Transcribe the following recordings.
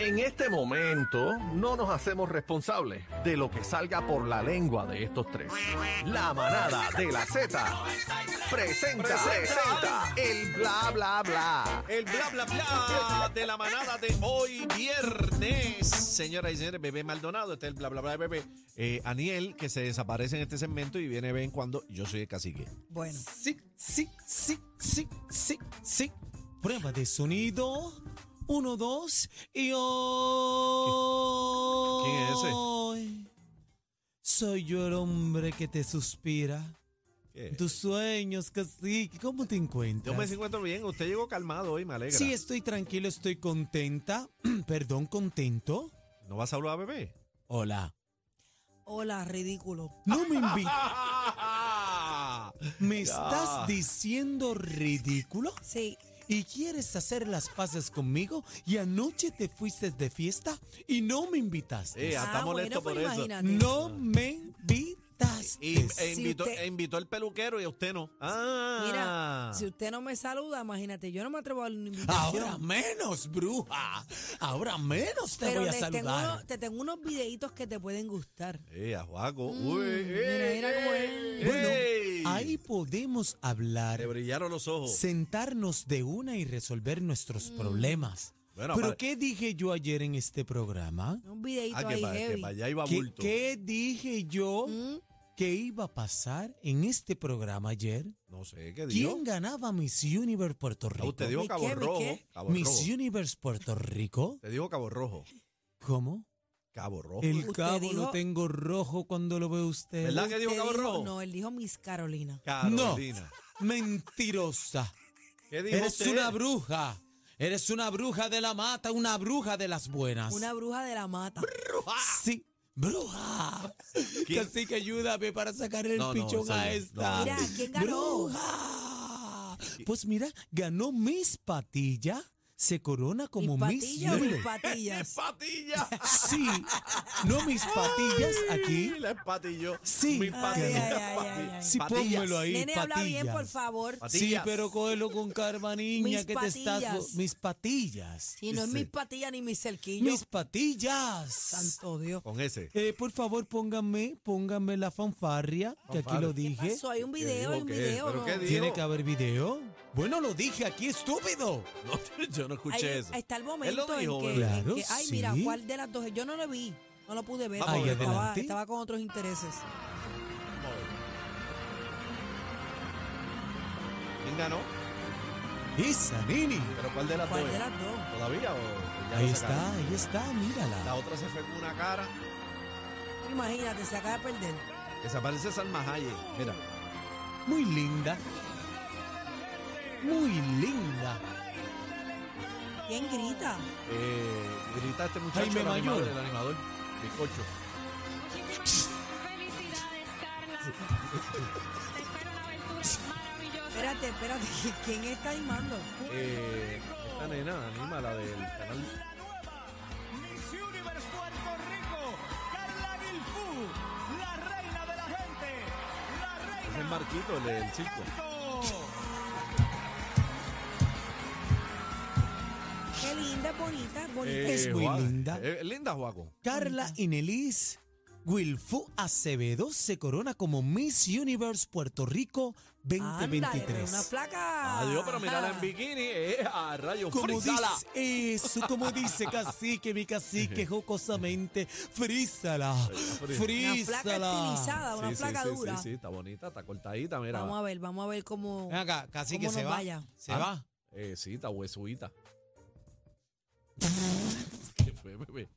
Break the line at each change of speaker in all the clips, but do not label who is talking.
En este momento no nos hacemos responsables de lo que salga por la lengua de estos tres. La manada de la Z presenta, presenta el bla bla bla.
El bla bla bla de la manada de hoy viernes. Señoras y señores, bebé Maldonado, este es el bla bla bla de bebé. Eh, Aniel, que se desaparece en este segmento y viene de vez en cuando. Yo soy el cacique.
Bueno,
Sí, sí, sí, sí, sí, sí. Prueba de sonido. Uno, dos y hoy.
¿Quién es ese?
Soy yo el hombre que te suspira.
¿Qué?
en Tus sueños, cacique. ¿Cómo te
Eh. Yo
encuentras?
me encuentro bien. Usted llegó calmado hoy, me alegra.
sí, estoy tranquilo, estoy contenta. Perdón, contento.
¿No vas a hablar a bebé?
Hola.
hola, ridículo.
No me invitas. ¿Me
Ya.
estás diciendo ridículo?
Sí,
¿Y quieres hacer las paces conmigo? Y anoche te fuiste de fiesta y no me invitaste.
Eh, está
Ah,
molesto
bueno, pues
por eso.
imagínate.
no me invitaste.
Y e
Pues, Si
invitó,
usted-
e invitó al peluquero y a usted no. Ah.
mira, si usted no me saluda, imagínate, yo no me atrevo a darle una invitación.
Ahora menos, bruja. Ahora menos te
pero
voy a
les tengo
saludar.
unos- te tengo unos videitos que te pueden gustar.
Eh, a Juaco. Uy,
Mm, mira,
eh,
mira cómo es.
Bueno,
ey.
ahí podemos
Le
hablar,
brillaron los ojos.
sentarnos de una y resolver nuestros
Mm.
problemas.
Bueno,
¿Pero
apare-
qué dije yo ayer en este programa?
Un videito
Ah, que
ahí
pa- que
heavy.
para allá iba
¿Qué,
bulto.
qué dije yo
Mm,
que iba a pasar en este programa ayer?
No sé, ¿qué dijo?
¿Quién ganaba Miss Universe Puerto
Ah,
Rico?
usted dijo
¿Mi
Cabo
qué, mi
Rojo.
qué?
Cabo
Miss
Rojo.
Universe Puerto Rico.
Te dijo Cabo Rojo.
¿Cómo?
Cabo Rojo.
El
Usted
cabo lo
dijo-
tengo rojo cuando lo ve usted.
¿Verdad que dijo
usted
Cabo
dijo-
Rojo?
No, él dijo Miss Carolina.
Carolina.
Mentirosa.
¿Qué dijo
Eres
usted?
una bruja. Eres una bruja de la mata, una bruja de las buenas.
Una bruja de la mata.
Sí, bruja.
¿Quién?
Así que ayúdame para sacar el
No, no,
pichón
eso no,
a esta.
no.
Mira, ¿quién ganó?
Bruja. Pues mira, ganó Miss Patilla. Se corona como
mis
Miss
patillas o mis
Universe.
patillas.
¡Patilla!
Sí, no mis patillas aquí.
La empatilló.
Sí.
Mi
Ay,
patilla.
ay, ay, ay, ay.
Sí,
Patillas.
pónmelo ahí,
Nene, habla bien, por
patillas.
favor.
Patillas.
Sí, pero cógelo con calma, niña,
Mis
que te estás...
patillas.
Mis patillas.
Si no es
Sí.
mis patillas ni mis cerquillos.
Mis patillas.
Santo Dios.
Con ese.
Eh, por favor, pónganme, pónganme la fanfarria, que aquí lo dije.
Eso, hay un
dijo?
video, hay un
¿Qué?
video.
¿Pero
no.
qué dijo?
¿Tiene que haber video? Bueno, lo dije aquí, estúpido.
No, yo no
Ahí
escuché eso.
Está el
Él lo
momento
dijo,
en, que,
¿verdad?
en
Claro,
que- ay, mira,
sí.
¿cuál de las dos? Yo no lo vi, no lo pude ver,
Vamos
porque
a ver,
estaba,
adelante.
estaba con otros intereses.
¿Quién ganó?
Esa, Nini.
¿Pero cuál de las
¿Cuál
dos?
de
es?
las dos?
¿Todavía o ya
Ahí
lo
está,
sacaron?
ahí está,
La
mírala.
otra se fue con una cara
Imagínate, se acaba de perder.
que se parece a Salma Hayek. Mira.
Muy linda. Muy linda.
¿Quién grita?
Eh, grita este muchacho
Jaime
el animador,
Mayor.
el animador bizcocho
Espérate, espérate, ¿qui- ¿quién está animando?
eh, esta nena anima la del canal
Miss Universe Puerto Rico, Carla Guilfú, la reina de la gente, la
ese es
reina
Marquito el del circo
Qué linda, bonita, bonita.
Eh,
Es muy
Juan-
linda.
eh, linda Juaco
Carla Inelis Wilfú Acevedo se corona como Miss Universe Puerto Rico
Ándale, pero
2023.
una placa.
Adiós, pero mirala en bikini, eh, a rayos,
Ah. Como
frízala.
dice eso, como dice cacique, mi cacique, jocosamente, frízala,
Una placa
frízala.
estilizada, una
Sí, sí,
placa
sí,
dura.
Sí, sí, está bonita, está cortadita, mira.
Vamos a ver, vamos a ver cómo.
Ven acá, cacique,
¿Cómo
se
nos
va,
vaya?
se
Ah.
va.
Eh, sí, está huesuita. ¿Qué fue, bebé?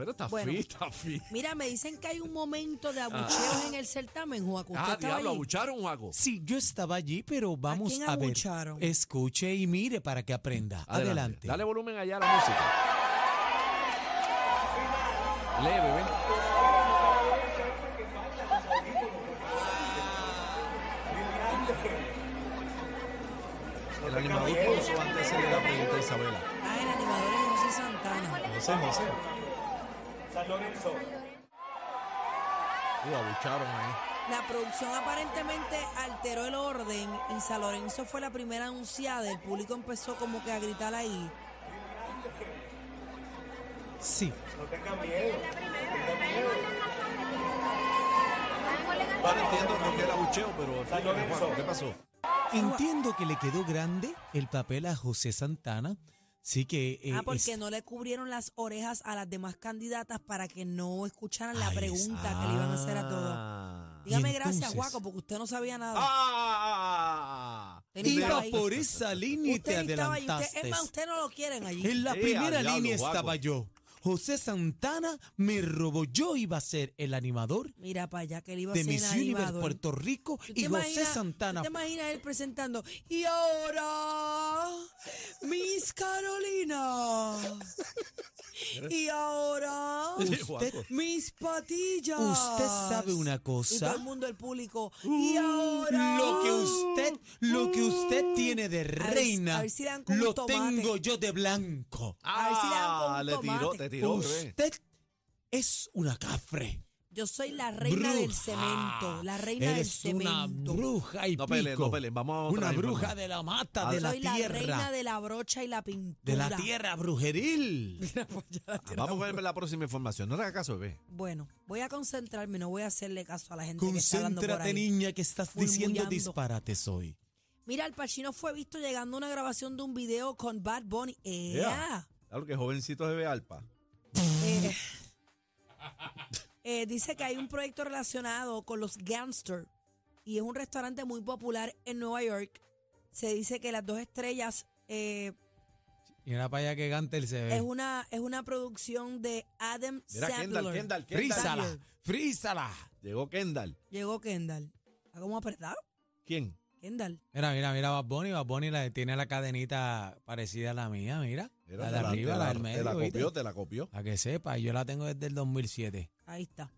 Ahora está
Bueno.
fit, está fit.
Mira, me dicen que hay un momento de abucheos en el certamen, Juaco. ¿Usted
Ah,
estaba
diablo,
allí?
abucharon, Juaco.
Sí, yo estaba allí, pero vamos
quién
a, ver.
abucharon?
Escuche y mire para que aprenda. Adelante.
Dale volumen allá a la música. Lee, bebé. El animador con su antes de la pregunta Isabela.
Ah, el animador es José Santana.
José, José. San Lorenzo. Uh, abucharon ahí.
La producción aparentemente alteró el orden y San Lorenzo fue la primera anunciada. El público empezó como que a gritar ahí.
Sí.
Ahora entiendo por qué el abucheo, pero explícame, Juan, ¿qué pasó?
Entiendo que le quedó grande el papel a José Santana. Sí que... eh,
ah, porque
es-
no le cubrieron las orejas a las demás candidatas para que no escucharan la
Ahí
pregunta
está.
que le iban a hacer a todos.
Ah.
Dígame
Y
gracias,
entonces-
Juaco, porque usted no sabía nada.
Ah.
Usted ni
Iba
estaba ahí.
por esa línea y te
Usted ni estaba ahí. Usted-
adelantaste.
es más, usted no lo quieren allí.
En la
Eh,
primera
al diablo,
línea
guapo.
estaba yo. José Santana me robó. Yo iba a ser el animador
Mira para allá que él iba a
de
ser
Miss Universe
animador.
Puerto Rico
¿Tú te
y José
imaginas-
Santana.
¿tú te imaginas él presentando? Y ahora, Miss Carolina. y ahora,
Sí, Juaco.
Miss Patillas.
Usted sabe una
Y todo
cosa.
el mundo, el público. y ahora.
Lo que usted, lo que usted tiene de
ver-
reina,
a ver si le dan con un
lo
tomate.
tengo yo de blanco.
A ver si le dan con un
Ah, le tiró,
tomate.
te tiró, eh. bebé.
Usted es una cafre.
Yo soy la reina del
bruja.
cemento. La reina
Eres
del
Una
cemento.
bruja y
No peleen,
pico.
no peleen, vamos a otra
Una
información.
bruja de la mata,
Ah,
de la
soy la,
tierra.
reina de la brocha y la pintura.
de la tierra pues brujeril.
Ah, Vamos a ver la próxima información. No le hagas caso, bebé.
Bueno, voy a concentrarme, no voy a hacerle caso a la gente que está hablando por
Concéntrate,
ahí.
niña, que estás diciendo
Fulmullando.
disparates hoy.
Mira, el Pachino fue visto llegando a una grabación de un video con Bad Bunny. Eh, ¡Ea!
Ea. Claro que jovencito bebé alpa.
Eh, eh, dice que hay un proyecto relacionado con los gangsters y es un restaurante muy popular en Nueva York. Se dice que las dos estrellas eh,
Y una paya que Gantel se
es una es una producción de Adam
Eh. Mira, Kendall, Kendall,
Sandler.
Kendall.
Frízala, frízala.
Llegó Kendall.
Llegó Kendall. ¿Está como apretado?
¿Quién?
Kendall.
Mira, mira, mira, Bad Bunny, Bad Bunny la, tiene la cadenita parecida a la mía, mira.
Era
la
te
de arriba,
te
la, del
te
medio,
la
¿viste?
copió, te la copió.
A que sepa, yo la tengo desde el 2007.
Ahí está.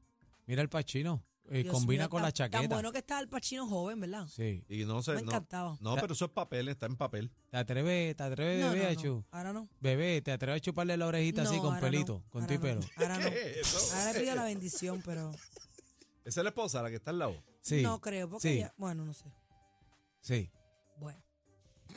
Mira el pachino, eh,
Dios
combina
mío,
con
tan-
la chaqueta.
Tan bueno que está el Pachino joven, ¿verdad?
Sí.
Y no sé,
Me
no.
encantaba.
No, pero eso es papel, está en papel.
¿Te atreves, te atreves,
No,
bebé,
no,
a
no,
chu-
Ahora no.
Bebé, ¿te atreves a chuparle la orejita así
No,
con
ahora
pelito?
no,
con tu
ahora
y pelo.
no, Ahora no.
¿Qué es eso?
Ahora pido la bendición, pero
Esa es la esposa, la que está al lado.
Sí.
no creo, porque
sí,
ya- bueno, no sé.
Sí.
Bueno.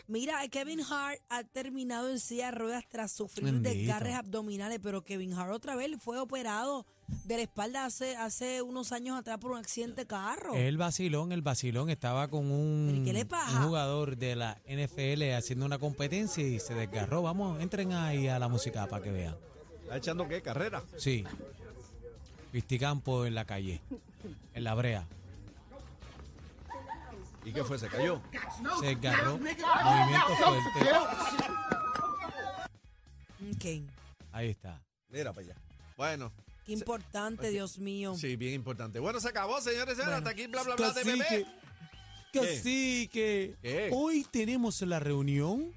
Mira, Kevin Hart ha terminado en silla de ruedas tras sufrir
Bendito.
desgarres abdominales, pero Kevin Hart otra vez fue operado de la espalda hace, hace unos años atrás por un accidente de carro.
El vacilón, el vacilón estaba con
Oh. ¿Pero y
un,
qué le pasa?
un jugador de la NFL haciendo una competencia y se desgarró. Vamos, entren ahí a la música para que vean.
¿Está echando qué? ¿Carrera?
Sí. Pisticampo en la calle, en la brea.
¿Y qué fue? ¿Se cayó?
Se desgarró. Movimiento fuerte.
Ok. Qué
Ahí está.
Mira para allá. Bueno,
importante, Dios mío.
sí, bien importante. Bueno, se acabó, señores. señoras. Hasta aquí, bla, bla, bla, de
Cacique,
bebé.
cacique,
¿Qué?
hoy tenemos la reunión.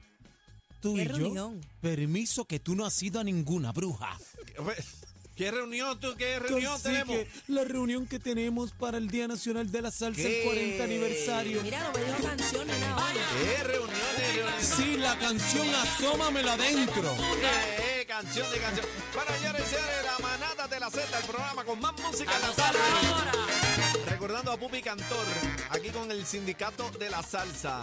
Tú
¿Qué
y
reunión?
yo. Permiso que tú no has ido a ninguna bruja.
¿Qué fue? ¿Qué reunión tú? ¿Qué reunión
Cacique,
tenemos?
la reunión que tenemos para el Día Nacional de la Salsa,
¿Qué?
el 40 aniversario.
Mira, no me dijo canción ni nada. oye.
¿Qué reunión de reunión?
Sí, la canción Asómamela adentro.
¿Qué canción de canción? Bueno, señores, señores, la manada de la Z, el programa con más música en la tarde. Recordando a Pupi Cantor, aquí con el sindicato de la salsa.